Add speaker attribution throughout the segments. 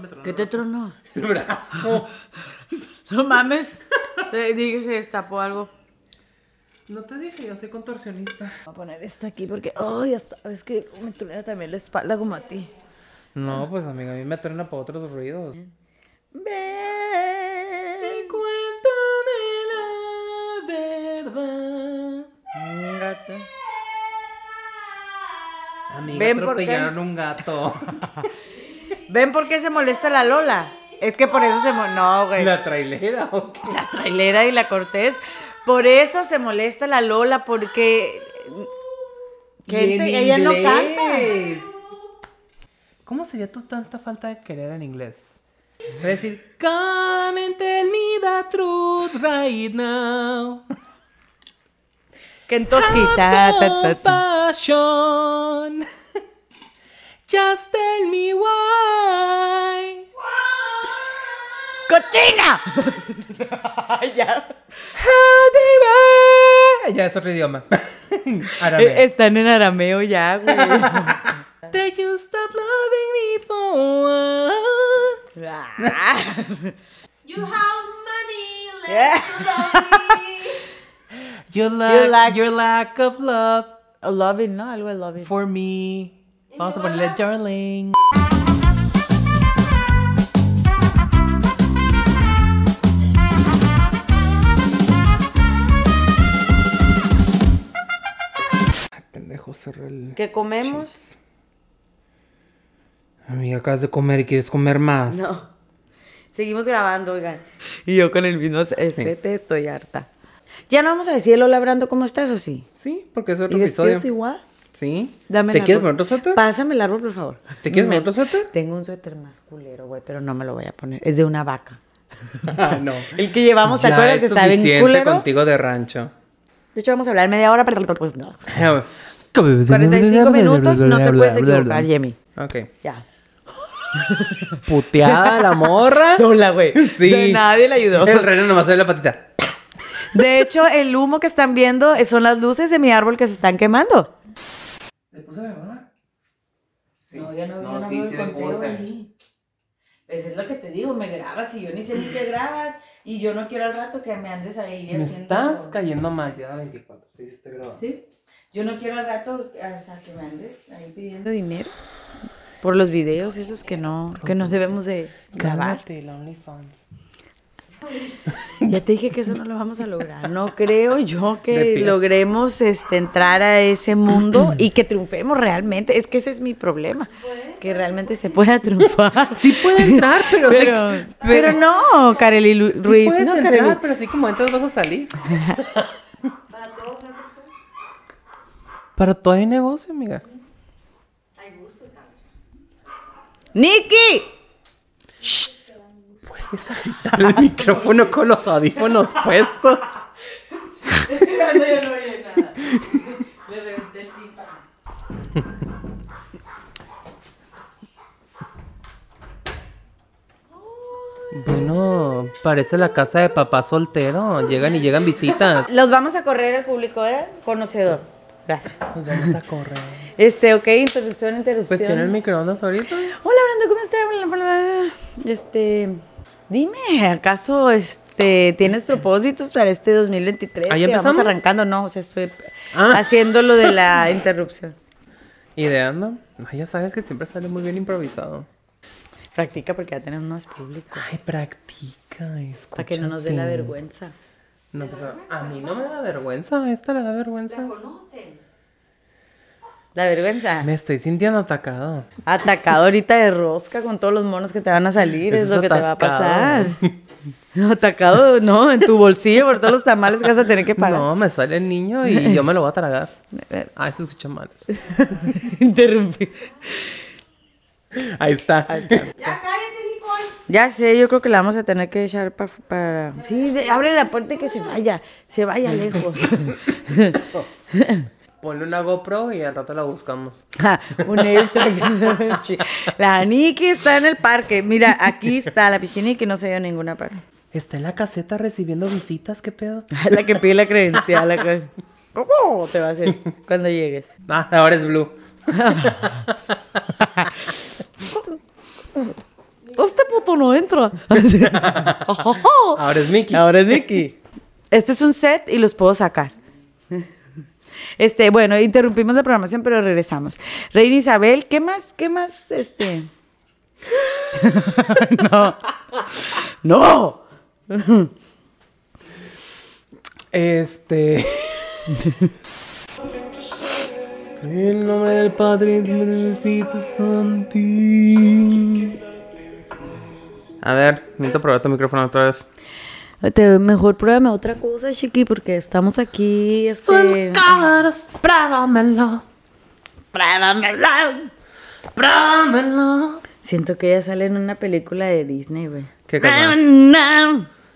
Speaker 1: me tronó
Speaker 2: ¿Qué
Speaker 1: el
Speaker 2: te
Speaker 1: brazo.
Speaker 2: tronó?
Speaker 1: El brazo.
Speaker 2: No mames. Eh, Dije, se destapó algo.
Speaker 1: No te dije, yo soy contorsionista.
Speaker 2: Voy a poner esto aquí porque, ay, ya sabes que me truena también la espalda como a ti.
Speaker 1: No, pues amiga, a mí me truena por otros ruidos.
Speaker 2: Ven.
Speaker 1: Cuéntame la verdad.
Speaker 2: Un gato.
Speaker 1: Amiga,
Speaker 2: Ven, ¿por qué?
Speaker 1: atropellaron un gato.
Speaker 2: ¿Ven por qué se molesta la Lola? Es que por eso se molesta. No, güey.
Speaker 1: ¿La trailera o qué?
Speaker 2: La trailera y la Cortés. Por eso se molesta la Lola, porque.
Speaker 1: Y en
Speaker 2: Gente, ella no canta.
Speaker 1: inglés. ¿Cómo sería tu tanta falta de querer en inglés? Voy a decir, come and tell me the truth right now.
Speaker 2: Que en tostita.
Speaker 1: Compassion. Just tell me why.
Speaker 2: ¡Cochina!
Speaker 1: Ya es otro idioma. Árabe.
Speaker 2: Eh, Están en arameo ya, güey.
Speaker 1: Did you stop loving me for once?
Speaker 2: Ah.
Speaker 3: You have money, let's yeah.
Speaker 1: Your lack,
Speaker 2: lack-
Speaker 1: your lack of love
Speaker 2: A loving, ¿no? Algo de loving.
Speaker 1: for me. Vamos a ponerle
Speaker 3: Igual.
Speaker 1: darling. Ay, pendejo, cerré el...
Speaker 2: ¿Qué comemos?
Speaker 1: Amiga, acabas de comer y quieres comer más.
Speaker 2: No. Seguimos grabando, oigan. Y yo con el mismo suéter estoy harta. Ya no vamos a decir, Lola Brando, ¿cómo estás o sí?
Speaker 1: Sí, porque es
Speaker 2: ¿Y
Speaker 1: otro episodio.
Speaker 2: vestidos igual?
Speaker 1: Sí.
Speaker 2: Dame
Speaker 1: ¿Te
Speaker 2: el
Speaker 1: quieres
Speaker 2: árbol.
Speaker 1: poner otro suéter?
Speaker 2: Pásame el árbol, por favor.
Speaker 1: ¿Te quieres
Speaker 2: Me-
Speaker 1: poner otro suéter?
Speaker 2: Tengo un suéter más culero, güey, pero no me lo voy a poner. Es de una vaca.
Speaker 1: Ah, no.
Speaker 2: El que llevamos, ¿te
Speaker 1: Ya
Speaker 2: acuerdas
Speaker 1: es
Speaker 2: que estaba bien
Speaker 1: suficiente
Speaker 2: culero?
Speaker 1: contigo de rancho.
Speaker 2: De hecho, vamos a hablar media hora, pero... pues 45 minutos, no te puedes equivocar, Jimmy.
Speaker 1: Ok.
Speaker 2: Ya.
Speaker 1: Puteada la morra.
Speaker 2: Sola, güey.
Speaker 1: Sí.
Speaker 2: O sea, nadie le ayudó.
Speaker 1: El reno nomás sale la patita.
Speaker 2: De hecho, el humo que están viendo eh, son las luces de mi árbol que se están quemando.
Speaker 1: ¿Le puse la mamá?
Speaker 2: No, yo no,
Speaker 1: No,
Speaker 2: yo no
Speaker 1: sí,
Speaker 2: veo el
Speaker 1: sí le
Speaker 2: conteo
Speaker 1: puse.
Speaker 2: ahí. Pues es lo que te digo, me grabas y yo ni sé ni qué grabas. Y yo no quiero al rato que me andes ahí
Speaker 1: Me
Speaker 2: haciendo...
Speaker 1: estás cayendo mal, ya 24. Sí, sí, estoy grabando.
Speaker 2: ¿Sí? Yo no quiero al rato, ah, o sea, que me andes ahí pidiendo dinero. Por los videos esos que no,
Speaker 1: Pues
Speaker 2: que nos debemos de grabar.
Speaker 1: Cálmate, la OnlyFans.
Speaker 2: Ya te dije que eso no lo vamos a lograr. No creo yo que
Speaker 1: pies.
Speaker 2: logremos este, entrar a ese mundo y que triunfemos realmente. Es que ese es mi problema. Que realmente se pueda triunfar.
Speaker 1: Sí puede entrar, pero...
Speaker 2: Pero, pero no, Kareli Lu-
Speaker 1: Sí
Speaker 2: Ruiz.
Speaker 1: puedes
Speaker 2: no,
Speaker 1: entrar,
Speaker 2: Kareli.
Speaker 1: pero así como entras vas a salir.
Speaker 3: Para todo frase sexual.
Speaker 1: Para todo hay negocio, amiga.
Speaker 3: Hay gusto, ¿sabes?
Speaker 2: ¡Niki!
Speaker 1: Puedes agitar el micrófono con los audífonos puestos. Bueno, parece la casa de papá soltero. Llegan y llegan visitas.
Speaker 2: Los vamos a correr al público, ¿eh? Conocedor. Gracias.
Speaker 1: Nos vamos a correr.
Speaker 2: Este, ok, interrupción, interrupción.
Speaker 1: Pues tiene el microondas ahorita.
Speaker 2: Hola, Brando, ¿cómo estás? Bla, bla, bla. Este, dime, ¿acaso este, tienes propósitos para este 2023?
Speaker 1: ¿Ah, ya
Speaker 2: Que vamos
Speaker 1: empezamos?
Speaker 2: arrancando, no, o sea, estoy
Speaker 1: Ah.
Speaker 2: haciendo lo de la interrupción.
Speaker 1: Ideando. Ay, ya sabes que siempre sale muy bien improvisado.
Speaker 2: Practica porque ya tenemos más público,
Speaker 1: Ay, practica, escucha.
Speaker 2: para que no nos dé la vergüenza.
Speaker 1: No, pues, a- a mí no me da vergüenza. A esta le da vergüenza.
Speaker 3: Conocen.
Speaker 2: La vergüenza.
Speaker 1: Me estoy sintiendo atacado.
Speaker 2: Atacado ahorita de rosca con todos los monos que te van a salir,
Speaker 1: Eso
Speaker 2: es
Speaker 1: es
Speaker 2: lo que te va a pasar.
Speaker 1: atascado.
Speaker 2: Atacado, no, en tu bolsillo por todos los tamales que vas a tener que pagar.
Speaker 1: No, me sale el niño y yo me lo voy a tragar. Ay, se escucha mal. eso.
Speaker 2: Interrumpí.
Speaker 1: Ahí está.
Speaker 3: Ya cállate, Nicole.
Speaker 2: Ya sé, yo creo que la vamos a tener que echar pa- para... Sí, de- abre la puerta y que se vaya, se vaya lejos.
Speaker 1: Ponle una GoPro y al rato la buscamos.
Speaker 2: Ja, Ah, Un AirTag. La Niki está en el parque. Mira, aquí está la piscina y que no se ve en ninguna parte.
Speaker 1: Está en la caseta recibiendo visitas, ¿qué pedo?
Speaker 2: La que pide la credencial. La que... ¿Cómo te va a hacer cuando llegues?
Speaker 1: Ah, ahora es Blue.
Speaker 2: ¿Usted gato Este no entra. Así.
Speaker 1: Ahora es Mickey.
Speaker 2: Ahora es Mickey. Esto Este es un set y los puedo sacar. Este, bueno, interrumpimos la programación, pero regresamos. Reina Isabel, ¿qué más? ¿Qué más? Este. no. No.
Speaker 1: Este. En nombre del Padre y del Espíritu Santo. A ver, necesito probar tu micrófono otra vez.
Speaker 2: Te- mejor pruébame otra cosa, chiqui, porque estamos aquí. Este...
Speaker 1: caras, pruébamelo. Pruébamelo. Pruébamelo.
Speaker 2: Siento que ya sale en una película de Disney, güey.
Speaker 1: ¿Qué cosa?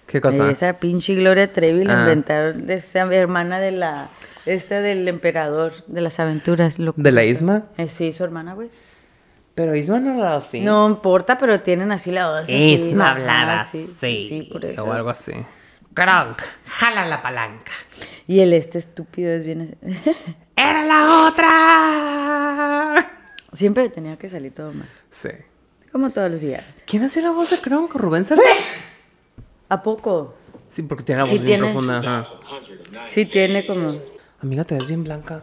Speaker 1: ¿Qué cosa?
Speaker 2: Esa pinche Gloria Trevi la
Speaker 1: Ah.
Speaker 2: inventaron de esa hermana de la. Esta del emperador de las aventuras. Lo
Speaker 1: ¿De la Isma?
Speaker 2: Eh, sí, su hermana, güey.
Speaker 1: Pero Isma no lo así.
Speaker 2: No importa, pero tienen así la voz. así,
Speaker 1: Isma
Speaker 2: ajá,
Speaker 1: hablaba
Speaker 2: así.
Speaker 1: así.
Speaker 2: Sí, por eso.
Speaker 1: O algo así. Gronk, jala la palanca.
Speaker 2: Y el este estúpido es bien.
Speaker 1: ¡Era la otra!
Speaker 2: Siempre tenía que salir todo mal.
Speaker 1: Sí.
Speaker 2: Como todos los villanos.
Speaker 1: ¿Quién hacía la voz de Gronk? ¿Rubén Cerda?
Speaker 2: ¿A poco?
Speaker 1: Sí, porque tiene la voz
Speaker 2: Sí
Speaker 1: bien
Speaker 2: tiene.
Speaker 1: profunda. ajá.
Speaker 2: Sí, tiene como.
Speaker 1: Amiga, te ves bien blanca.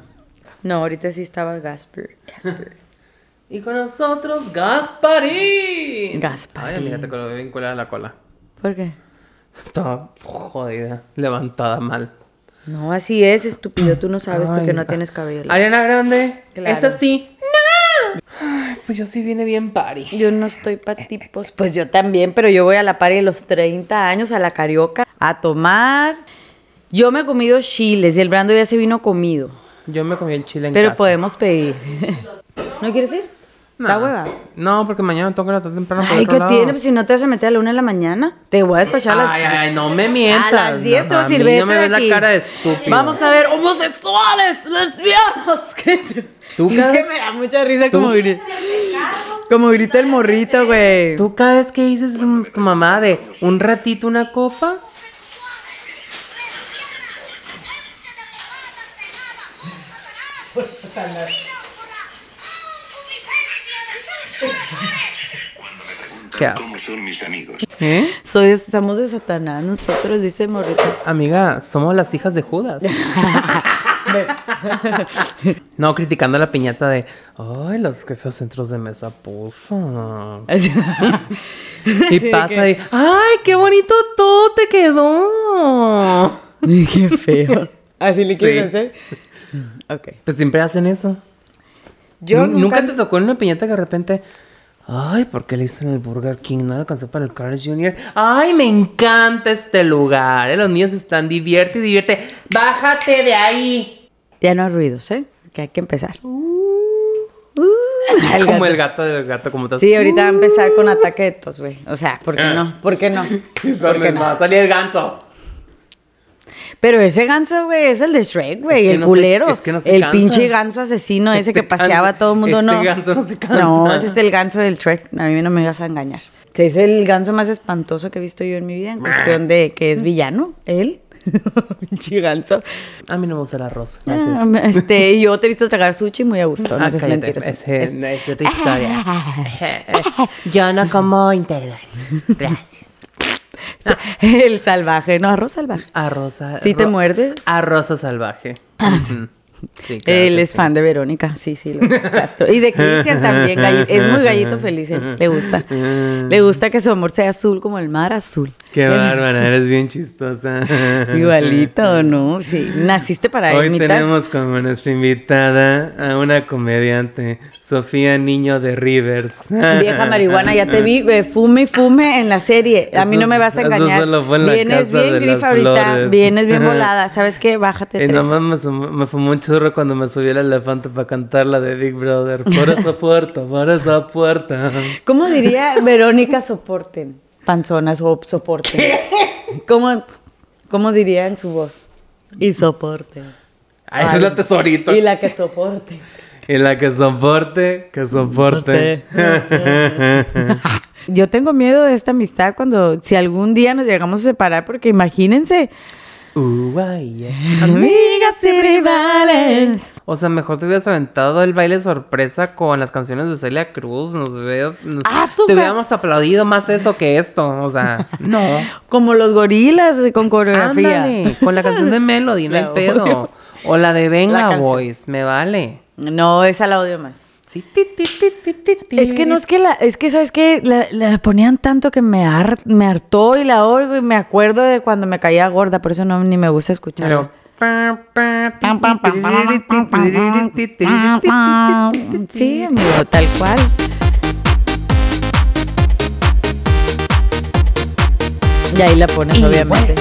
Speaker 2: No, ahorita sí estaba Gasper. Gasper.
Speaker 1: Y con nosotros, Gasparín.
Speaker 2: Gasparín.
Speaker 1: Ay, amiga, te colgué bien colada la cola.
Speaker 2: ¿Por qué?
Speaker 1: Estaba jodida, levantada mal.
Speaker 2: No, así es, estúpido. Tú no sabes porque
Speaker 1: Ay,
Speaker 2: no
Speaker 1: ah.
Speaker 2: tienes cabello. largo.
Speaker 1: Ariana Grande.
Speaker 2: Claro.
Speaker 1: Eso sí. ¡No! Ay, pues yo sí viene bien party.
Speaker 2: Yo no estoy para tipos. Pues yo también, pero yo voy a la party de los 30 años a la Carioca a tomar. Yo me he comido chiles y el Brando ya se vino comido.
Speaker 1: Yo me comí el chile en
Speaker 2: Pero pues,
Speaker 1: casa.
Speaker 2: podemos pedir. ¿No quieres ir? ¿Está hueva?
Speaker 1: No, porque mañana tengo que ir a tan temprano por
Speaker 2: Ay,
Speaker 1: otro
Speaker 2: ¿qué
Speaker 1: lado.
Speaker 2: tiene? Pues si no te vas a meter a la una de la mañana, te voy a despachar a las...
Speaker 1: Ay, ay, no me mientas.
Speaker 2: A las 10 te vas
Speaker 1: a
Speaker 2: a
Speaker 1: mí
Speaker 2: ir, vete
Speaker 1: No me
Speaker 2: de
Speaker 1: ves la
Speaker 2: aquí.
Speaker 1: cara de estúpido.
Speaker 2: Vamos a ver homosexuales, lesbianas. ¿qué?
Speaker 1: ¿Tú
Speaker 2: es
Speaker 1: cada
Speaker 2: que
Speaker 1: vez-
Speaker 2: me da mucha risa
Speaker 1: ¿Tú?
Speaker 2: como grita, como grita el morrito, güey.
Speaker 1: Tú cada vez que dices mm, tu mamá de un ratito una copa, ¿qué haces?
Speaker 4: ¿Cómo son mis amigos?
Speaker 1: ¿Eh?
Speaker 2: Soy, estamos de Satanás nosotros, dice el morrito.
Speaker 1: Amiga, somos las hijas de Judas. no, criticando la piñata de, ay, los que feos centros de mesa puso.
Speaker 2: Así-
Speaker 1: Y
Speaker 2: así de
Speaker 1: pasa
Speaker 2: que-
Speaker 1: y, ay, qué bonito todo te quedó.
Speaker 2: Qué feo. ¿Así le quieres
Speaker 1: Sí.
Speaker 2: hacer? Ok.
Speaker 1: Pues siempre hacen eso.
Speaker 2: Yo
Speaker 1: Nu- nunca, te
Speaker 2: nunca...
Speaker 1: tocó en una piñata que de repente, ay, ¿por qué le hizo en el Burger King? No alcanzó para el Carl Jr. Ay, me encanta este lugar. ¿eh? Los niños están divierte y divierte. Bájate de ahí.
Speaker 2: Ya no hay ruidos, ¿eh? Que hay que empezar.
Speaker 1: Como el gato del gato, como te
Speaker 2: Sí, ahorita va a empezar con ataque de tos, güey. O sea, ¿por
Speaker 1: Ah.
Speaker 2: qué no? ¿Por qué no?
Speaker 1: Porque va a salir el ganso.
Speaker 2: Pero ese ganso, güey, es el de Shrek, güey,
Speaker 1: Es que
Speaker 2: el
Speaker 1: no se-
Speaker 2: culero.
Speaker 1: es que no se
Speaker 2: el
Speaker 1: cansa.
Speaker 2: pinche ganso asesino ese
Speaker 1: Este
Speaker 2: que paseaba a
Speaker 1: ganso-
Speaker 2: todo el mundo,
Speaker 1: este
Speaker 2: no.
Speaker 1: ganso no se cansa.
Speaker 2: No, ese es el ganso del Shrek. A mí no me vas a engañar. Que es el ganso más espantoso que he visto yo en mi vida en cuestión de que es villano, él. pinche ganso.
Speaker 1: A mí no me gusta el arroz. Gracias.
Speaker 2: Ah, este, yo te he visto tragar sushi muy a gusto, no
Speaker 1: Ah,
Speaker 2: seas
Speaker 1: cállate,
Speaker 2: mentiroso.
Speaker 1: es- es- es otra historia. Yo no como integral. Gracias.
Speaker 2: El salvaje, no, arroz salvaje.
Speaker 1: Arroz. a-
Speaker 2: ¿Sí te
Speaker 1: ro-
Speaker 2: muerde?
Speaker 1: Arroz salvaje. Ujú. Sí, claro
Speaker 2: Él
Speaker 1: que
Speaker 2: es
Speaker 1: sí.
Speaker 2: fan de Verónica, sí, sí, lo es, Castro. Y de Cristian también, galli- es muy gallito feliz, él, le gusta. Le gusta que su amor sea azul como el mar azul.
Speaker 1: Qué bárbara, eres bien chistosa.
Speaker 2: Igualito, ¿no? Sí, naciste para
Speaker 1: Hoy
Speaker 2: imitar.
Speaker 1: tenemos como nuestra invitada a una comediante, Sofía Niño de Rivers.
Speaker 2: Vieja marihuana, ya te vi, güey, fume y fume en la serie. A mí
Speaker 1: Eso-
Speaker 2: no me vas a
Speaker 1: eso
Speaker 2: engañar.
Speaker 1: solo fue en la
Speaker 2: vienes
Speaker 1: casa
Speaker 2: bien
Speaker 1: de
Speaker 2: grifa
Speaker 1: las
Speaker 2: ahorita,
Speaker 1: flores.
Speaker 2: vienes bien volada. ¿Sabes qué? Bájate
Speaker 1: Y
Speaker 2: tres.
Speaker 1: nomás me, sumó- me fumó un churro cuando me subí al elefante para cantar la de Big Brother. Por esa puerta, por esa puerta.
Speaker 2: ¿Cómo diría Verónica soporten? Panzonas o soporten. ¿Cómo, ¿Cómo diría en su voz? Y soporten.
Speaker 1: Ah, esa es la tesorito.
Speaker 2: Y la que soporte.
Speaker 1: Y la que soporte, que soporte.
Speaker 2: Yo tengo miedo de esta amistad cuando, si algún día nos llegamos a separar, porque imagínense,
Speaker 5: Uh, ay, yeah.
Speaker 2: Amigas y rivales.
Speaker 5: O sea, mejor te hubieras aventado el baile sorpresa con las canciones de Celia Cruz. Nos hubiera- nos-
Speaker 2: Ah,
Speaker 5: Te
Speaker 2: súper.
Speaker 5: hubiéramos aplaudido más eso que esto. O sea, no.
Speaker 2: Como los gorilas eh, con coreografía.
Speaker 5: Ándale, con la canción de Melody, no
Speaker 2: La
Speaker 5: hay pedo.
Speaker 2: odio.
Speaker 5: O la de
Speaker 2: La
Speaker 5: Venga
Speaker 2: canción.
Speaker 5: Boys, me vale.
Speaker 2: No, esa la odio más.
Speaker 5: Sí, ti, ti, ti, ti, ti, ti.
Speaker 2: Es que no es que la, es que sabes que la, la ponían tanto que me, har- me hartó y la oigo y me acuerdo de cuando me caía gorda, por eso no ni me gusta escucharla.
Speaker 5: Pero-
Speaker 2: Sí, amigo, tal cual. Y ahí la pones,
Speaker 5: Y
Speaker 2: obviamente.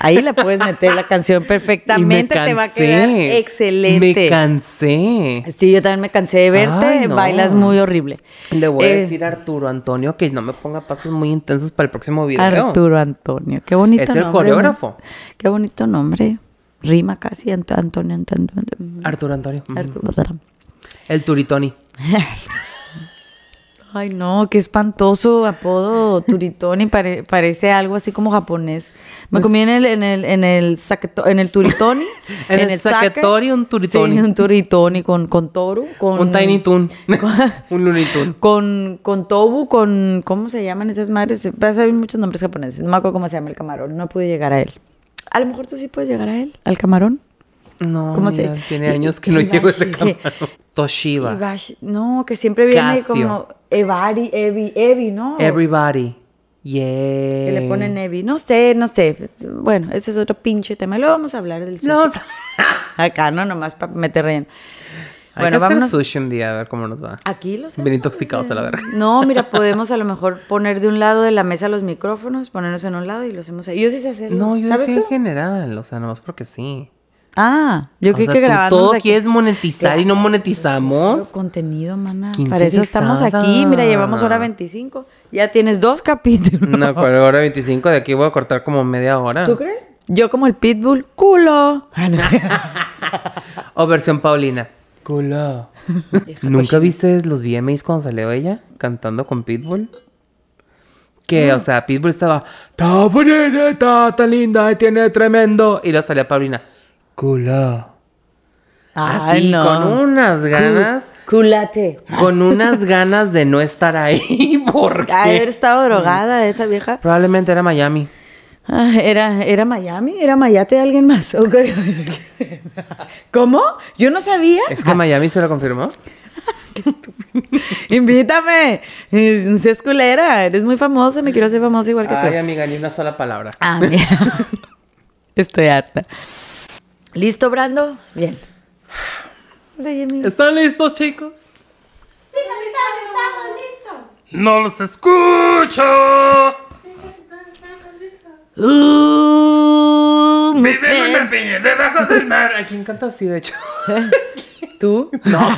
Speaker 2: Ahí la puedes meter la canción
Speaker 5: Y me
Speaker 2: perfectamente, te va a quedar
Speaker 5: cansé.
Speaker 2: excelente.
Speaker 5: Me cansé.
Speaker 2: Sí, yo también me cansé de verte,
Speaker 5: Ay, no.
Speaker 2: bailas muy horrible.
Speaker 5: Le voy a
Speaker 2: Eh,
Speaker 5: decir a Arturo Antonio que no me ponga pasos muy intensos para el próximo video.
Speaker 2: Arturo Antonio, qué bonito
Speaker 5: Es el
Speaker 2: nombre.
Speaker 5: coreógrafo.
Speaker 2: ¿no? Qué bonito nombre. Rima casi Ant- Antonio, Antonio, Antonio.
Speaker 5: Arturo Antonio. Ujú.
Speaker 2: Arturo.
Speaker 5: El Turitoni.
Speaker 2: Ay, no, qué espantoso apodo, Turitoni, pare- parece algo así como japonés.
Speaker 5: Pues
Speaker 2: Me comí en el, en el, en el, saqueto- en el Turitoni.
Speaker 5: En el
Speaker 2: sake.
Speaker 5: saquetori, un Turitoni.
Speaker 2: Sí, un Turitoni con, con Toru. Con,
Speaker 5: Un Tiny Toon. un Looney Toon.
Speaker 2: Con, con Tobu, con, ¿cómo se llaman esas madres? Pues hay muchos nombres japoneses, no me acuerdo cómo se llama el camarón, no pude llegar a él. A lo mejor tú sí puedes llegar a él, al camarón.
Speaker 5: No,
Speaker 2: ¿Cómo
Speaker 5: mira,
Speaker 2: se-
Speaker 5: tiene años que no llego a ese
Speaker 2: Ibashi.
Speaker 5: camarón. Toshiba.
Speaker 2: Ibashi- no, que siempre viene
Speaker 5: Casio.
Speaker 2: como Evari, Evi, Evi, ¿no?
Speaker 5: Everybody. Yeah.
Speaker 2: Que le
Speaker 5: Eh,
Speaker 2: ponen Evi. No sé, no sé. Bueno, ese es otro pinche tema. Luego vamos a hablar del sushi.
Speaker 5: No, o sea,
Speaker 2: Acá, ¿no? Nomás para meter relleno.
Speaker 5: hay
Speaker 2: Bueno,
Speaker 5: que hacer
Speaker 2: vámonos. Ah,
Speaker 5: sushi un día a ver cómo nos va.
Speaker 2: Aquí los
Speaker 5: Bien intoxicados a la verga.
Speaker 2: No, mira, podemos a lo mejor poner de un lado de la mesa los micrófonos, ponernos en un lado y lo hacemos ahí. Yo sí sé hacerlo.
Speaker 5: No, yo
Speaker 2: ¿Sabes
Speaker 5: decía en
Speaker 2: tú?
Speaker 5: general, o sea, nomás porque sí.
Speaker 2: Ah, yo
Speaker 5: O
Speaker 2: creo
Speaker 5: sea,
Speaker 2: que
Speaker 5: tú
Speaker 2: grabando.
Speaker 5: Todo quieres monetizar y no monetizamos.
Speaker 2: Contenido, mana.
Speaker 5: Qué
Speaker 2: Para eso estamos aquí. Mira, llevamos hora
Speaker 5: interesada.
Speaker 2: 25. Ya tienes dos capítulos.
Speaker 5: No, con la hora 25 de aquí voy a cortar como media hora.
Speaker 2: ¿Tú crees? Yo como el pitbull, culo. Ah, no.
Speaker 5: O versión Paulina. Culo. ¿Nunca viste los VMAs cuando salió ella cantando con Pitbull? Que, o sea, Pitbull estaba tan bonita, está tan linda, y tiene tremendo. Y luego salía Paulina. Culo. Así, con unas
Speaker 2: Cu-
Speaker 5: ganas.
Speaker 2: culate.
Speaker 5: Con unas ganas de no estar ahí. Porque
Speaker 2: Haber estado drogada esa vieja.
Speaker 5: probablemente era Miami.
Speaker 2: Mm. Ah, era, era Miami, era Mayate alguien más. Ok. ¿Cómo? Yo no sabía.
Speaker 5: Es que Miami se lo confirmó.
Speaker 2: Invítame. Eh, No seas culera. Eres muy famosa. Me quiero hacer famosa igual que tú.
Speaker 5: Ay, amiga, ni una sola palabra.
Speaker 2: Ah, mira. Estoy harta. ¿Listo, Brando? Bien. Hola, Yemi.
Speaker 5: ¿Están listos, chicos?
Speaker 3: Sí, capitán, estamos listos.
Speaker 5: ¡No los escucho!
Speaker 3: Sí, capitán, estamos listos.
Speaker 2: Uh, mujer.
Speaker 5: piña debajo del mar. ¿A quién canta así, de hecho?
Speaker 2: ¿Tú?
Speaker 5: No.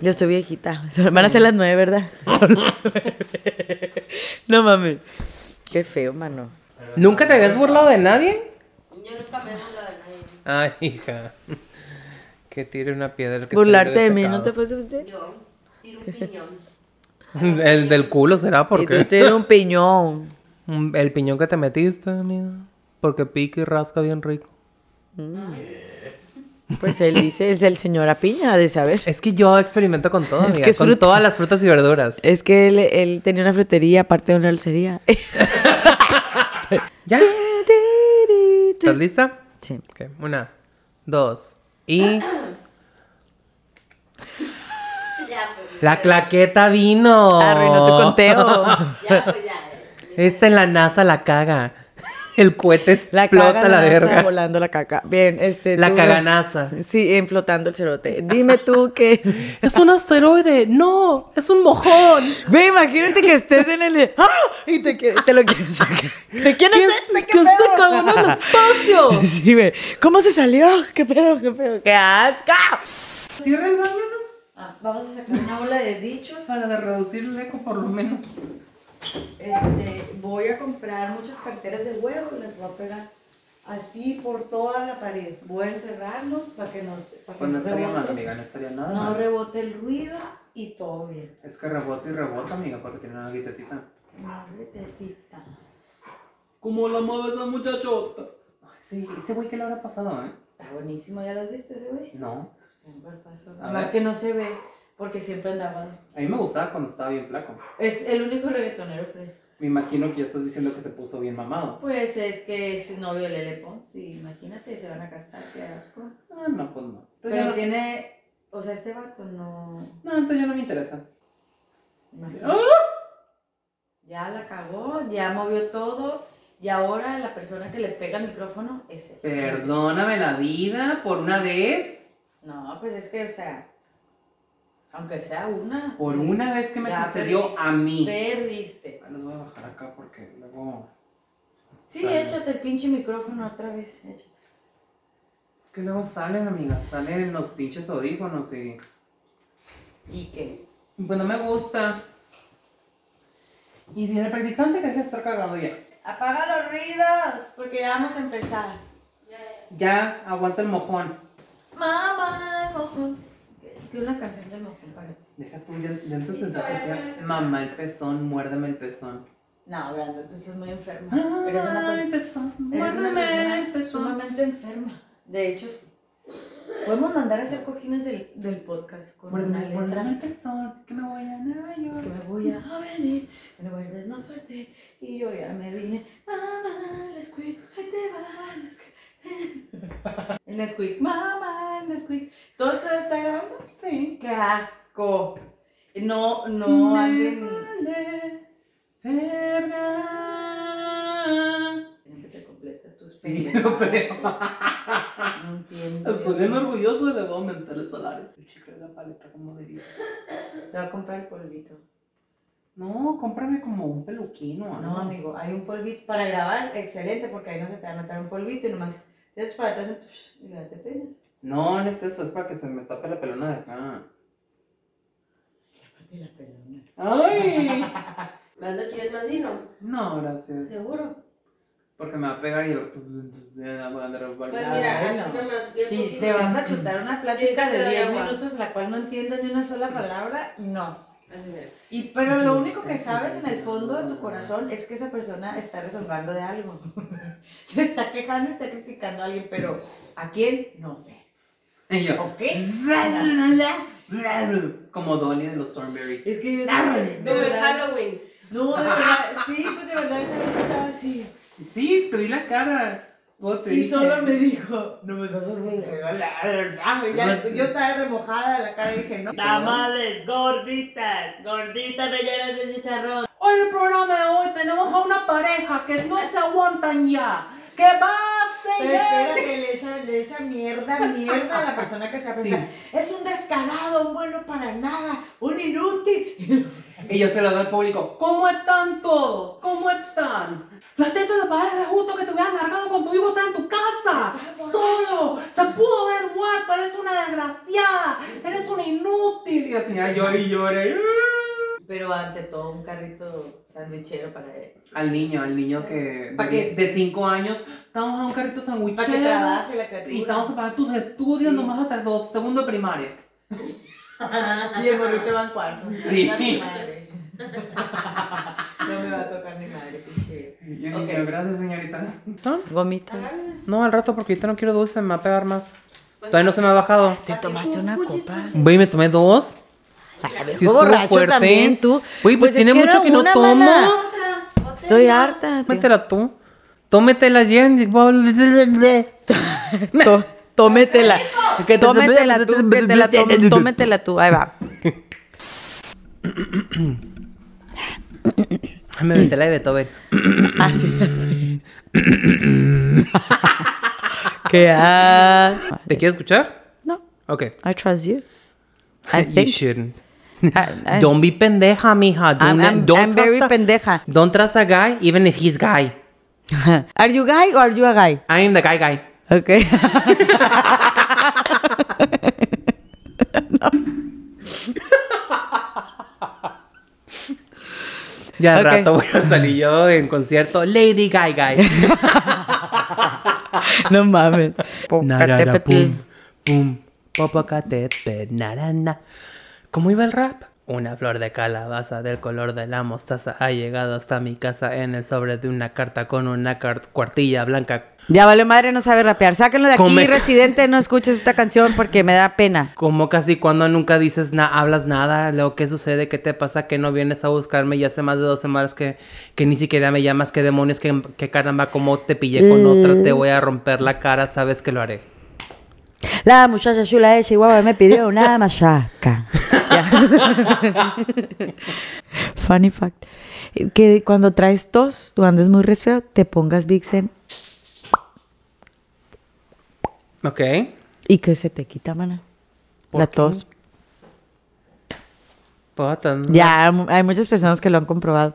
Speaker 2: Yo estoy viejita. Van a ser las nueve, ¿verdad? no mames. Qué feo, mano.
Speaker 5: ¿Nunca te habías burlado de nadie?
Speaker 3: Yo nunca me he burlado de nadie.
Speaker 5: Ay, hija. Que tire una piedra. Que
Speaker 2: Burlarte
Speaker 5: se
Speaker 2: de
Speaker 5: libre
Speaker 2: mí no te
Speaker 5: pecado.
Speaker 2: fue suficiente.
Speaker 3: Yo tiro un piñón.
Speaker 5: El del culo será
Speaker 2: Y tú
Speaker 5: porque.
Speaker 2: tienes un piñón.
Speaker 5: Mm, El piñón que te metiste, amiga. Porque pica y rasca bien rico.
Speaker 2: Pues él dice, es el señor a piña, de saber.
Speaker 5: Es que yo experimento con todo,
Speaker 2: Es
Speaker 5: amiga.
Speaker 2: que es
Speaker 5: con
Speaker 2: fruta.
Speaker 5: todas las frutas y verduras.
Speaker 2: Es que él, él tenía una frutería aparte de una dulcería.
Speaker 5: ¿Ya? ¿Estás lista?
Speaker 2: Sí.
Speaker 5: Ok, una, dos y.
Speaker 3: Ya, pues,
Speaker 5: La claqueta vino.
Speaker 2: Arruinó tu conteo.
Speaker 3: ya, pues, ya. eh.
Speaker 5: Esta en la NASA la caga. El cohete
Speaker 2: La
Speaker 5: explota
Speaker 2: caga
Speaker 5: la
Speaker 2: NASA,
Speaker 5: verga.
Speaker 2: Volando la caca. Bien, este.
Speaker 5: La
Speaker 2: tú-
Speaker 5: caganaza.
Speaker 2: Sí, en flotando el cerote. Dime tú que.
Speaker 5: Es un asteroide. No, es un mojón.
Speaker 2: Ve, imagínate que estés en el. ¡Ah! Y te, que- te lo quieres sacar. ¿De quién
Speaker 5: ¿Quién-
Speaker 2: es este? ¿Qué
Speaker 5: quién se
Speaker 2: pedo?
Speaker 5: cagó en el espacio?
Speaker 2: Sí, ve. ¿Cómo se salió? ¿Qué pedo? ¿Qué pedo? ¡Qué asco!
Speaker 5: Cierra el baño
Speaker 2: Ah, Vamos a sacar una bola de dichos.
Speaker 5: para reducir el eco por lo menos.
Speaker 2: Este, voy a comprar muchas carteras de huevo, las voy a pegar así por toda la pared. Voy a encerrarlos para que no, para que no, rebote,
Speaker 5: amiga, Pues no estaría nada
Speaker 2: no rebote el ruido y todo bien.
Speaker 5: Es que rebota y rebota, amiga, porque tiene una guitetita.
Speaker 2: Madre tetita.
Speaker 5: ¿Cómo la mueve esa muchachota? Sí, ese güey que le habrá pasado, ¿eh?
Speaker 2: Está buenísimo, ¿ya lo has visto ese güey?
Speaker 5: No. A
Speaker 2: Más
Speaker 5: ver.
Speaker 2: que no se ve, porque siempre andaba.
Speaker 5: A mí me gustaba cuando estaba bien flaco.
Speaker 2: Es el único reggaetonero fresco.
Speaker 5: Me imagino que ya estás diciendo que se puso bien mamado.
Speaker 2: Pues es que es novio de Lele Pons, y imagínate, se van a casar, qué asco.
Speaker 5: Ah, no, pues no. Entonces ya
Speaker 2: Pero
Speaker 5: no,
Speaker 2: tiene, o sea, este vato no...
Speaker 5: no, entonces ya no me interesa.
Speaker 2: imagínate. Ya la cagó, ya movió todo, y ahora la persona que le pega el micrófono es él.
Speaker 5: Perdóname la vida por una vez.
Speaker 2: No, pues es que, o sea, aunque sea una,
Speaker 5: Por una vez que me
Speaker 2: Ya,
Speaker 5: sucedió
Speaker 2: perdí.
Speaker 5: a mí.
Speaker 2: perdiste.
Speaker 5: Ah, Los voy a bajar acá porque luego.
Speaker 2: Sí,
Speaker 5: Sale.
Speaker 2: échate el pinche micrófono otra vez, échate.
Speaker 5: Es que luego salen, amigas, salen los pinches audífonos y.
Speaker 2: ¿Y qué?
Speaker 5: Pues no me gusta. Y diré al practicante que hay que estar cagado ya.
Speaker 2: Apaga los ruidos, porque ya vamos a empezar.
Speaker 3: Ya, ya.
Speaker 5: Ya, aguanta el mojón.
Speaker 2: Mamá, el mojón. Es que una canción del mojón para
Speaker 5: Deja tú, ya, ya antes de Mamá, el pezón, muérdeme el pezón.
Speaker 2: No, Brando, tú estás muy enferma. Eres una
Speaker 5: Ah, el
Speaker 2: persona,
Speaker 5: pezón,
Speaker 2: eres una
Speaker 5: muérdeme el
Speaker 2: persona
Speaker 5: pezón.
Speaker 2: sumamente enferma. De hecho, sí. Podemos mandar a hacer cojines del, del podcast con una
Speaker 5: Muérdeme,
Speaker 2: letra.
Speaker 5: muérdeme el pezón, que me voy a Nueva
Speaker 2: que
Speaker 5: York.
Speaker 2: me voy a venir, me guardes más fuerte y yo ya me vine. Mamá, el squeak, ahí te va el squeak. El squeak, mamá, el squeak. ¿Todo esto ya está grabando?
Speaker 5: Sí.
Speaker 2: ¡Qué asco! No, no anden.
Speaker 5: vale verga.
Speaker 2: Siempre te completa tus
Speaker 5: Sí,
Speaker 2: pendejadas.
Speaker 5: lo creo.
Speaker 2: No entiendo.
Speaker 5: Estoy bien orgulloso, le voy a aumentar el salario. El chicle de la paleta, como diría.
Speaker 2: Te va a comprar el polvito.
Speaker 5: No, cómprame como un peluquino.
Speaker 2: No,
Speaker 5: algo.
Speaker 2: amigo, hay un polvito para grabar, excelente, porque ahí no se te va a notar un polvito y nomás te haces para atrás y le date penas.
Speaker 5: No, no es eso, es para que se me tape la pelona de acá.
Speaker 2: Aparte la pelona.
Speaker 5: ¡Ay!
Speaker 3: Brando, ¿quieres más vino?
Speaker 5: No, gracias.
Speaker 3: Seguro.
Speaker 5: Porque me va a pegar y el otro- va a andar
Speaker 3: Pues
Speaker 5: balbuceando.
Speaker 3: mira,
Speaker 2: Ah, bueno.
Speaker 3: así nomás. bien
Speaker 2: Si
Speaker 3: posible.
Speaker 2: te vas a chutar una plática
Speaker 3: Yo te
Speaker 2: de
Speaker 3: doy
Speaker 2: 10
Speaker 3: agua.
Speaker 2: minutos la cual no entiendes ni una sola palabra, no.
Speaker 3: Así mira.
Speaker 2: Y, pero lo único que sabes en el fondo de tu corazón es que esa persona está resolviendo de algo. Se está quejando, está criticando a alguien, pero ¿a quién? No sé.
Speaker 5: Y yo.
Speaker 2: ¿O qué?
Speaker 5: Como Donnie de los Thornberries.
Speaker 2: Es que yo
Speaker 5: Ah,
Speaker 2: de
Speaker 3: Como en
Speaker 2: verdad-
Speaker 3: Halloween.
Speaker 2: No, de verdad, sí, pues de verdad esa vez estaba así.
Speaker 5: Sí, te vi la cara. Luego te
Speaker 2: Y
Speaker 5: dije,
Speaker 2: solo me dijo, no me estás haciendo Ah, ya, Yo estaba remojada la cara y dije, no.
Speaker 6: Tamales, gorditas, gorditas rellenas de chicharrón.
Speaker 5: Hoy en el programa de hoy tenemos a una pareja que no se aguantan ya. Que va a
Speaker 2: Pero espera que le echa, le echa mierda, mierda a la persona que se presenta. Es un descarado, un bueno para nada, un inútil.
Speaker 5: Y yo se lo doy al público. ¿Cómo están todos? ¿Cómo están? La teta de parece justo que te hubieras largado con tu hijo está en tu casa. Solo. Se pudo ver muerto. Eres una desgraciada. Eres una inútil. Y la señora llora y llora.
Speaker 2: Pero ante todo, un carrito sandwichero para él.
Speaker 5: Al niño, al niño que
Speaker 2: ¿Pa qué?
Speaker 5: de 5 años. Estamos a un carrito
Speaker 2: Para que
Speaker 5: sandwichero.
Speaker 2: trabaje la criatura.
Speaker 5: Y estamos a pagar tus estudios
Speaker 2: Sí.
Speaker 5: nomás hasta dos, segundo de primaria.
Speaker 2: Y el morrito va en cuarto.
Speaker 5: Sí.
Speaker 2: Chinga mi madre. No me va a tocar mi madre, pinche.
Speaker 5: Y
Speaker 2: Ok.
Speaker 5: niño, gracias señorita.
Speaker 2: Gomita.
Speaker 3: Agárrales.
Speaker 5: No, al rato porque ahorita no quiero dulce, me va a pegar más.
Speaker 2: Pues
Speaker 5: Todavía no se me ha bajado.
Speaker 2: ¿Te
Speaker 3: ¿Para qué
Speaker 2: tomaste una
Speaker 3: cuchis,
Speaker 2: copa?
Speaker 3: cuchis?
Speaker 5: Voy y me tomé dos. Sí estuvo fuerte. Güey, pues tiene
Speaker 2: es
Speaker 5: mucho
Speaker 2: era
Speaker 5: que no
Speaker 2: una
Speaker 5: tomo.
Speaker 2: mala.
Speaker 3: Otra, otra.
Speaker 2: Estoy harta. tío.
Speaker 5: Tómetela tú. Tómetela ya.
Speaker 2: To- Tómetela. Que tómetela tú, que te la tomes, tómetela tú. Ahí va.
Speaker 5: Me metí la de Beethoven.
Speaker 2: Así, así. Mm. ¿Qué ha...
Speaker 5: ¿Te quieres escuchar?
Speaker 2: ah, No,
Speaker 5: Ok.
Speaker 2: I trust you. I think-
Speaker 5: shouldn't.
Speaker 2: I- I-
Speaker 5: Don't be pendeja, mija.
Speaker 2: I'm,
Speaker 5: Don't,
Speaker 2: I'm-
Speaker 5: don't
Speaker 2: I'm very
Speaker 5: trust a-
Speaker 2: pendeja.
Speaker 5: Don't trust a guy, even if he's guy.
Speaker 2: Are you guy or are you a guy?
Speaker 5: I'm the guy guy.
Speaker 2: Okay.
Speaker 5: Ya al
Speaker 2: Ok.
Speaker 5: rato voy a salir yo en concierto. Lady guy guy.
Speaker 2: no mames.
Speaker 5: Narara,
Speaker 2: Popocatépetl.
Speaker 5: pum, pum, popocatépetl, narana. ¿Cómo iba el rap? Una flor de calabaza del color de la mostaza ha llegado hasta mi casa en el sobre de una carta con una car- cuartilla blanca.
Speaker 2: Ya vale madre, no sabe rapear. Sáquenlo de aquí,
Speaker 5: Come-
Speaker 2: residente, no escuches esta canción porque me da pena.
Speaker 5: Como casi cuando nunca dices nada, hablas nada, lo que sucede, qué te pasa, que no vienes a buscarme, ya hace más de dos semanas que, que ni siquiera me llamas, qué demonios, que, que caramba, como te pillé con otra, te voy a romper la cara, sabes que lo haré.
Speaker 2: La muchacha chula de Chihuahua me pidió una machaca. Ya. Funny fact. Que cuando traes tos, tú andes muy resfriado, te pongas Vixen
Speaker 5: ¿Ok?
Speaker 2: y que se te quita, mana.
Speaker 5: ¿Por
Speaker 2: La
Speaker 5: qué?
Speaker 2: tos.
Speaker 5: Puta, no.
Speaker 2: Ya, mu- hay muchas personas que lo han comprobado.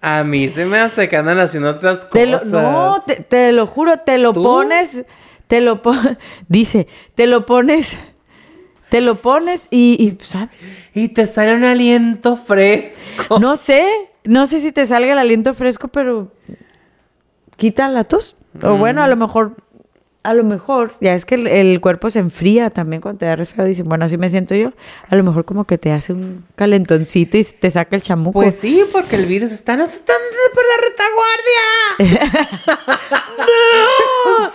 Speaker 5: A mí se me hace que andan haciendo otras
Speaker 2: Te lo-
Speaker 5: cosas.
Speaker 2: no, te, te lo juro, te lo
Speaker 5: ¿Tú?
Speaker 2: pones, te lo pones, dice, te lo pones, te lo pones y, y, ¿sabes?
Speaker 5: Y te sale un aliento fresco.
Speaker 2: No sé, no sé si te salga el aliento fresco, pero quita la tos.
Speaker 5: Mm.
Speaker 2: O bueno, a lo mejor, a lo mejor, ya es que el, el cuerpo se enfría también cuando te da resfriado. Dicen, bueno, así me siento yo. A lo mejor como que te hace un calentoncito y te saca el chamuco.
Speaker 5: Pues sí, porque el virus está, nos están por la retaguardia.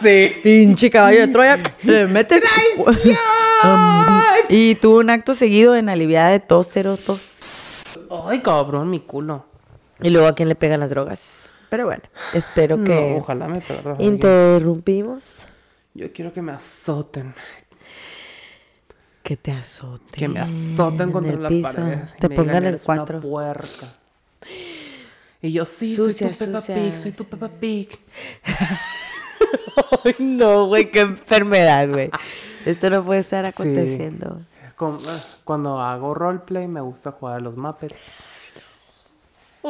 Speaker 5: Sí.
Speaker 2: Pinche caballo de Troya, le metes.
Speaker 5: Ah.
Speaker 2: y tuvo un acto seguido en aliviada de tos, cero tos.
Speaker 5: Ay, cabrón, mi culo.
Speaker 2: Y luego a quién le pegan las drogas. Pero bueno, espero que.
Speaker 5: No, ojalá me perdone.
Speaker 2: Interrumpimos.
Speaker 5: Yo quiero que me azoten.
Speaker 2: Que te azoten.
Speaker 5: Que me azoten contra
Speaker 2: en el
Speaker 5: la
Speaker 2: piso,
Speaker 5: pared. y
Speaker 2: Te
Speaker 5: me
Speaker 2: pongan
Speaker 5: digan,
Speaker 2: el
Speaker 5: "Eres una
Speaker 2: cuatro.
Speaker 5: puerca. Y yo, sí,
Speaker 2: Sucia,
Speaker 5: soy tu Peppa
Speaker 2: sucia,
Speaker 5: Pig, soy tu Peppa Pig.
Speaker 2: Ay, no, güey, qué enfermedad, güey. Esto no puede estar
Speaker 5: Sí.
Speaker 2: aconteciendo.
Speaker 5: Com- ah, Cuando hago roleplay me gusta jugar a los Muppets.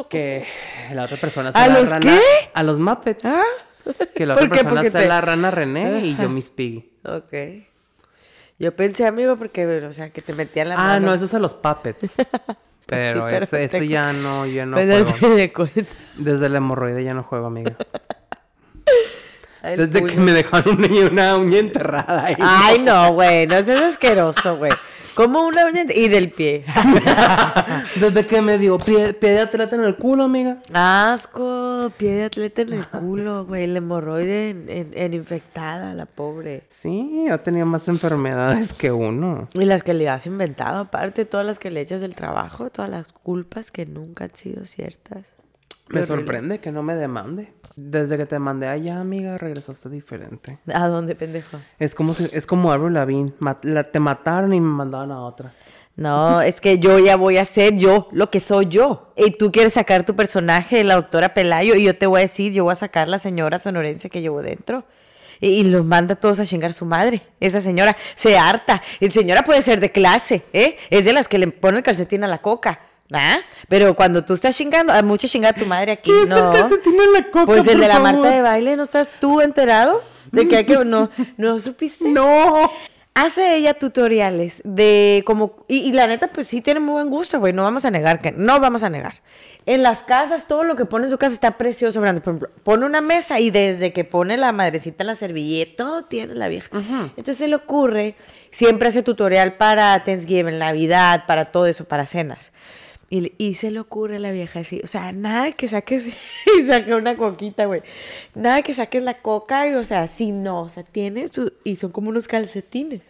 Speaker 5: Que la otra persona se
Speaker 2: ¿A
Speaker 5: la
Speaker 2: los
Speaker 5: rana.
Speaker 2: qué?
Speaker 5: A los Muppets.
Speaker 2: ¿Ah?
Speaker 5: Que la
Speaker 2: ¿Por
Speaker 5: otra
Speaker 2: qué?
Speaker 5: persona
Speaker 2: Porque
Speaker 5: sea
Speaker 2: te-
Speaker 5: la rana René y yo Miss Piggy.
Speaker 2: Ok. Yo pensé, amigo, porque, o sea, que te metían la
Speaker 5: Ah,
Speaker 2: mano.
Speaker 5: no, esos son los Puppets. Pero,
Speaker 2: pero
Speaker 5: ese, ese
Speaker 2: te-
Speaker 5: ya no, yo no
Speaker 2: Pues no se
Speaker 5: juego.
Speaker 2: dio cuenta.
Speaker 5: Desde la hemorroide ya no juego, amiga.
Speaker 2: Ay, el Ah.
Speaker 5: Desde que
Speaker 2: puño.
Speaker 5: me dejaron un niño- una uña enterrada ahí.
Speaker 2: Ay, no, güey, no seas asqueroso, güey. Como una uña ent- y del pie.
Speaker 5: Desde que me dio pie, pie de atleta en el culo, amiga.
Speaker 2: Asco, pie de atleta en el culo, güey, la hemorroide en, en- en infectada, la pobre.
Speaker 5: Sí, yo tenía más enfermedades que uno.
Speaker 2: Y las que le has inventado, aparte, todas las que le echas del trabajo, todas las culpas que nunca han sido ciertas.
Speaker 5: Me sorprende que no me demande. Desde que te mandé allá, amiga, regresaste diferente.
Speaker 2: ¿A dónde, pendejo?
Speaker 5: Es como si- es como Avril Lavigne. Mat- la- te mataron y me mandaron a otra.
Speaker 2: No, es que yo ya voy a ser yo lo que soy yo. Y tú quieres sacar tu personaje de la doctora Pelayo y yo te voy a decir, yo voy a sacar la señora sonorense que llevo dentro. Y, y los manda a todos a chingar a su madre. Esa señora se harta. Y señora puede ser de clase, ¿eh? Es de las que le pone el calcetín a la coca. ¿Ah? Pero cuando tú estás chingando, a mucho chingar a tu madre aquí,
Speaker 5: ¿Qué es el
Speaker 2: no.
Speaker 5: calcetín en la coca,
Speaker 2: Pues el
Speaker 5: por
Speaker 2: de la
Speaker 5: favor?
Speaker 2: Marta de baile, ¿no estás tú enterado? De que hay que no, no supiste.
Speaker 5: ¡No!
Speaker 2: Hace ella tutoriales de como... Y, y la neta, pues sí tiene muy buen gusto, güey. No vamos a negar que... No vamos a negar. En las casas, todo lo que pone en su casa está precioso, Brando. Por ejemplo, pone una mesa y desde que pone la madrecita la servilleta, todo tiene la vieja. Entonces se le ocurre, siempre hace tutorial para Thanksgiving, Navidad, para todo eso, para cenas. Y, le- y se le ocurre a la vieja así, o sea, nada que saques y saque una coquita, güey. Nada que saques la coca, y, o sea, si no, o sea, tiene su, y son como unos calcetines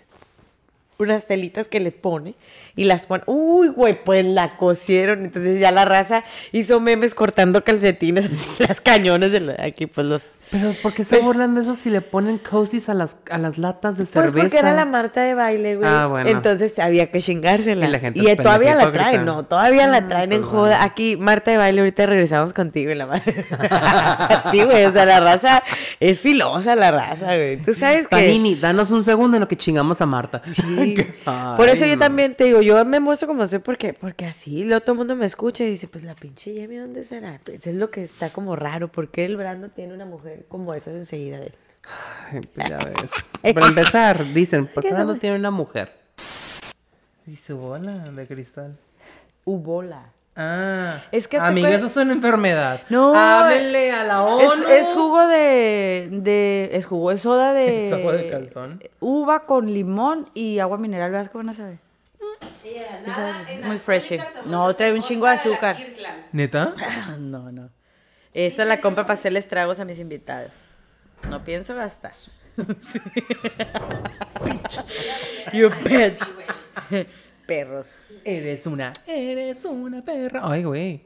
Speaker 2: unas telitas que le pone y las pone. Uy, güey, pues la cosieron. Entonces ya la raza hizo memes cortando calcetines, así las cañones de la- aquí, pues los.
Speaker 5: Pero ¿por qué se burlan de eso si le ponen cozies a las, a las latas de
Speaker 2: Pues
Speaker 5: cerveza?
Speaker 2: porque era la Marta de baile, güey.
Speaker 5: Ah, bueno.
Speaker 2: Entonces había que chingársela.
Speaker 5: Y la gente
Speaker 2: Y, eh,
Speaker 5: es
Speaker 2: todavía
Speaker 5: pendeja
Speaker 2: la traen,
Speaker 5: hipócrita.
Speaker 2: no, todavía la traen en
Speaker 5: pues
Speaker 2: joda. Aquí, Marta de baile, ahorita regresamos contigo y la madre. sí, güey, o sea, la raza es filosa, la raza, güey. Tú sabes que.
Speaker 5: Panini, danos un segundo en lo que chingamos a Marta.
Speaker 2: Sí.
Speaker 5: Ay,
Speaker 2: Por eso yo
Speaker 5: no.
Speaker 2: también te digo, yo me muestro como soy porque, porque así luego todo el mundo me escucha y dice, pues la pinche Yemi, ¿dónde será? Pues, es lo que está como raro, porque el Brando tiene una mujer como esa enseguida de él?
Speaker 5: Ay, pues ya ves. Para empezar, dicen, ¿por qué
Speaker 2: ¿Qué
Speaker 5: no
Speaker 2: somos?
Speaker 5: tiene una mujer? Y su bola de cristal.
Speaker 2: Ubola.
Speaker 5: Ah,
Speaker 2: Es que hasta
Speaker 5: amiga,
Speaker 2: cuál-
Speaker 5: eso es una enfermedad.
Speaker 2: No,
Speaker 5: Háblenle a la
Speaker 2: es,
Speaker 5: ONU.
Speaker 2: es jugo de, de- Es jugo, es soda de.
Speaker 5: Es agua de calzón.
Speaker 2: Uva con limón y agua mineral, ¿verdad? ¿Cómo no sabe?
Speaker 3: Ella de la
Speaker 2: Tú
Speaker 3: nada,
Speaker 2: sabes,
Speaker 3: en la
Speaker 2: muy
Speaker 3: República
Speaker 2: fresh. eh.
Speaker 3: tomó
Speaker 2: No,
Speaker 3: una
Speaker 2: trae un
Speaker 3: vodka
Speaker 2: chingo de
Speaker 3: la
Speaker 2: azúcar.
Speaker 3: Kirkland.
Speaker 5: ¿Neta?
Speaker 2: Ah, No, no. Esta la compra para hacerles tragos a mis invitados. No pienso gastar. You bitch. Perros.
Speaker 5: Eres una, eres una perra. Ay, güey.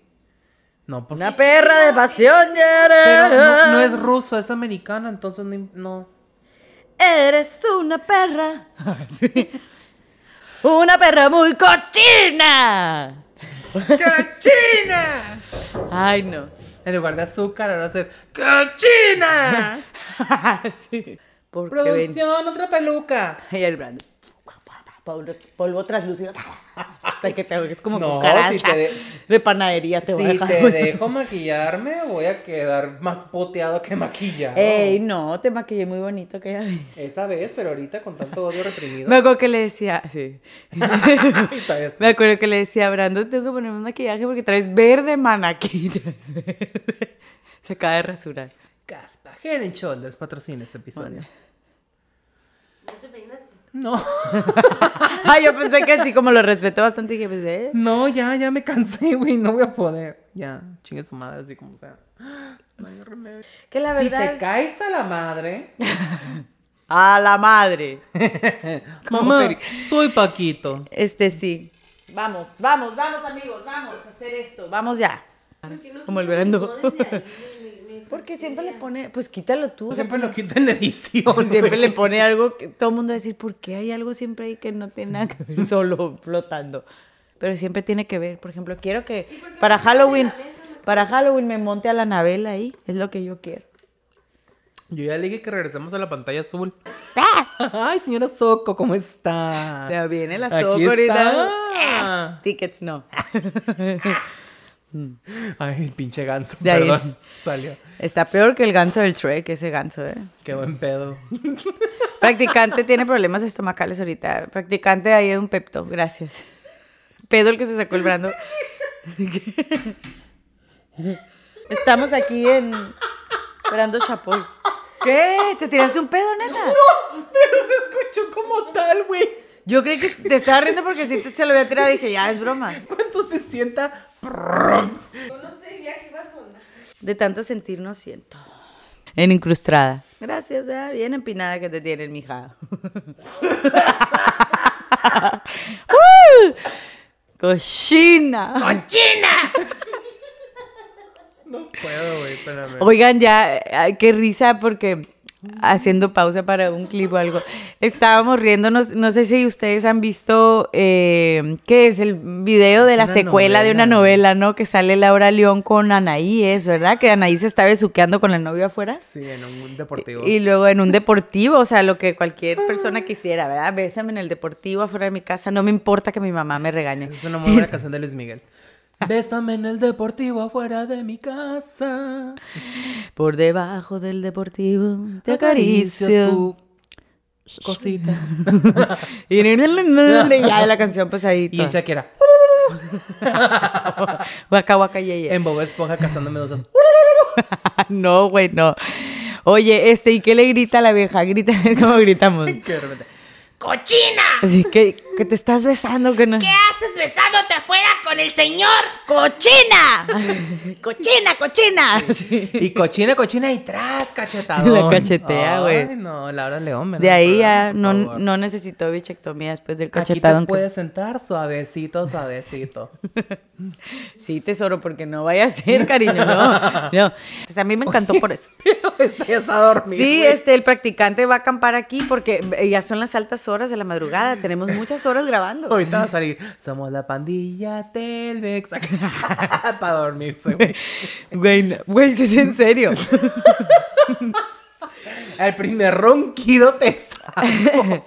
Speaker 5: No, pues.
Speaker 2: Una perra de pasión,
Speaker 5: Pero no, no es
Speaker 2: eres.
Speaker 5: ruso, es americano, entonces no. im- no.
Speaker 2: Eres una perra. Una perra muy cochina.
Speaker 5: ¡Cachina!
Speaker 2: Ay, no.
Speaker 5: En lugar de azúcar, ahora va a ser ¡Cachina!
Speaker 2: Sí. Porque ven.
Speaker 5: Producción, otra peluca.
Speaker 2: Y el brand. Polvo, polvo translúcido. Hasta que te- es como
Speaker 5: No,
Speaker 2: cucaracha
Speaker 5: si te de-
Speaker 2: de panadería te voy a
Speaker 5: Si
Speaker 2: dejar.
Speaker 5: te dejo maquillarme, voy a quedar más poteado que maquillado.
Speaker 2: Ey, no, te maquillé muy bonito que ya ves.
Speaker 5: Esa vez, pero ahorita con tanto odio reprimido.
Speaker 2: Me acuerdo que le decía, sí.
Speaker 5: Y todavía sí.
Speaker 2: Me acuerdo que le decía a Brando, tengo que ponerme un maquillaje porque traes verde, man, aquí traes verde. Se acaba de rasurar.
Speaker 5: Caspa, Head and Shoulders patrocina este episodio.
Speaker 3: ¿No te peinaste?
Speaker 5: No,
Speaker 2: Ah, yo pensé que así como lo respeto bastante, dije, pues, eh.
Speaker 5: no, ya, ya me cansé, güey, no voy a poder. Ya, chingue su madre, así como sea. No hay remedio.
Speaker 2: Que la
Speaker 5: Si te
Speaker 2: verdad...
Speaker 5: caes a la madre.
Speaker 2: a la madre.
Speaker 5: Mamá, soy Paquito.
Speaker 2: Este sí. Vamos, vamos, vamos amigos, vamos a hacer esto. Vamos ya. Como el verano. Porque siempre le pone, pues quítalo tú.
Speaker 5: Siempre lo quito en la edición.
Speaker 2: Siempre
Speaker 5: güey.
Speaker 2: le pone algo que todo el mundo va a decir, ¿por qué hay algo siempre ahí que no tiene nada que ver solo flotando? Pero siempre tiene que ver. Por ejemplo, quiero que
Speaker 3: por
Speaker 2: para
Speaker 3: qué no pone la
Speaker 2: Halloween,
Speaker 3: mesa, no?
Speaker 2: para Halloween me monte a la Anabel ahí. Es lo que yo quiero.
Speaker 5: Yo ya le dije que regresemos a la pantalla azul.
Speaker 2: ¡Ah!
Speaker 5: Ay, señora Soco, ¿cómo está?
Speaker 2: O sea, viene la
Speaker 5: Ah, Aquí
Speaker 2: sopa
Speaker 5: está. Ah.
Speaker 2: ahorita. Tickets no.
Speaker 5: Ay, el pinche ganso,
Speaker 2: De ahí.
Speaker 5: perdón. Salió.
Speaker 2: Está peor que el ganso del Trek, ese ganso, ¿eh?
Speaker 5: Qué buen pedo.
Speaker 2: Practicante tiene problemas estomacales ahorita. Practicante ahí es un pepto, gracias. Pedo el que se sacó el brando. Estamos aquí en Brando Chapoy. ¿Qué? ¿Te tiraste un pedo, neta?
Speaker 5: Pero se escuchó como tal, güey.
Speaker 2: Yo creí que te estaba riendo porque si te, se lo había tirado dije, ya, es broma.
Speaker 5: Cuando se sienta.
Speaker 3: Yo no sabía que iba a sonar.
Speaker 2: De tanto sentir no siento. En incrustada. Gracias, ah, bien empinada que te tienen, mija. ¡Uh! ¡Cochina!
Speaker 5: No puedo, güey, espérame.
Speaker 2: Oigan, ya, ay, qué risa porque haciendo pausa para un clip o algo. Estábamos riéndonos, no sé si ustedes han visto, eh, ¿qué es? El video de
Speaker 5: Es
Speaker 2: la
Speaker 5: una
Speaker 2: secuela de una
Speaker 5: novela.
Speaker 2: novela, ¿no? Que sale Laura León con Anaí, ¿es verdad? Que Anaí se está besuqueando con el novio afuera.
Speaker 5: Sí, en un deportivo.
Speaker 2: Y luego en un deportivo, o sea, lo que cualquier persona quisiera, ¿verdad? Bésame en el deportivo afuera de mi casa, no me importa que mi mamá me regañe.
Speaker 5: Es una muy buena canción de Luis Miguel. Bésame en el deportivo afuera de mi casa.
Speaker 2: Por debajo del deportivo te acaricio.
Speaker 5: tu cosita.
Speaker 2: Y ya la canción, pues ahí.
Speaker 5: Y en
Speaker 2: toda.
Speaker 5: Shakira.
Speaker 2: Waka waka ye, ye. Ah,
Speaker 5: En Bob Esponja cazando medusas.
Speaker 2: No, güey, no. Oye, este, ¿y qué le grita a la vieja? Grita, es como gritamos.
Speaker 5: Que de repente.
Speaker 2: Así que, que te estás besando, que no. ¿Qué haces besándote afuera con el señor? ¡Cochina! ¡Cochina, cochina! Sí.
Speaker 5: Y cochina, cochina y tras, cachetado.
Speaker 2: La cachetea,
Speaker 5: Ay,
Speaker 2: güey.
Speaker 5: no, Laura León. ven
Speaker 2: De
Speaker 5: al
Speaker 2: ahí
Speaker 5: programa,
Speaker 2: ya
Speaker 5: por
Speaker 2: no,
Speaker 5: favor.
Speaker 2: no necesitó bichectomía después del
Speaker 5: Aquí
Speaker 2: cachetado.
Speaker 5: te puedes sentar suavecito, suavecito.
Speaker 2: Sí, tesoro, porque no vaya a ser, cariño, no. no. Entonces, a mí me encantó por eso.
Speaker 5: Esta ya está dormida.
Speaker 2: Sí,
Speaker 5: güey.
Speaker 2: este, el practicante va a acampar aquí porque eh, ya son las altas horas de la madrugada. Tenemos muchas horas grabando.
Speaker 5: Ahorita va a salir. Somos la pandilla Telmex. Para dormirse, güey.
Speaker 2: Güey, no- güey, sí, es en serio.
Speaker 5: El primer ronquido te saco.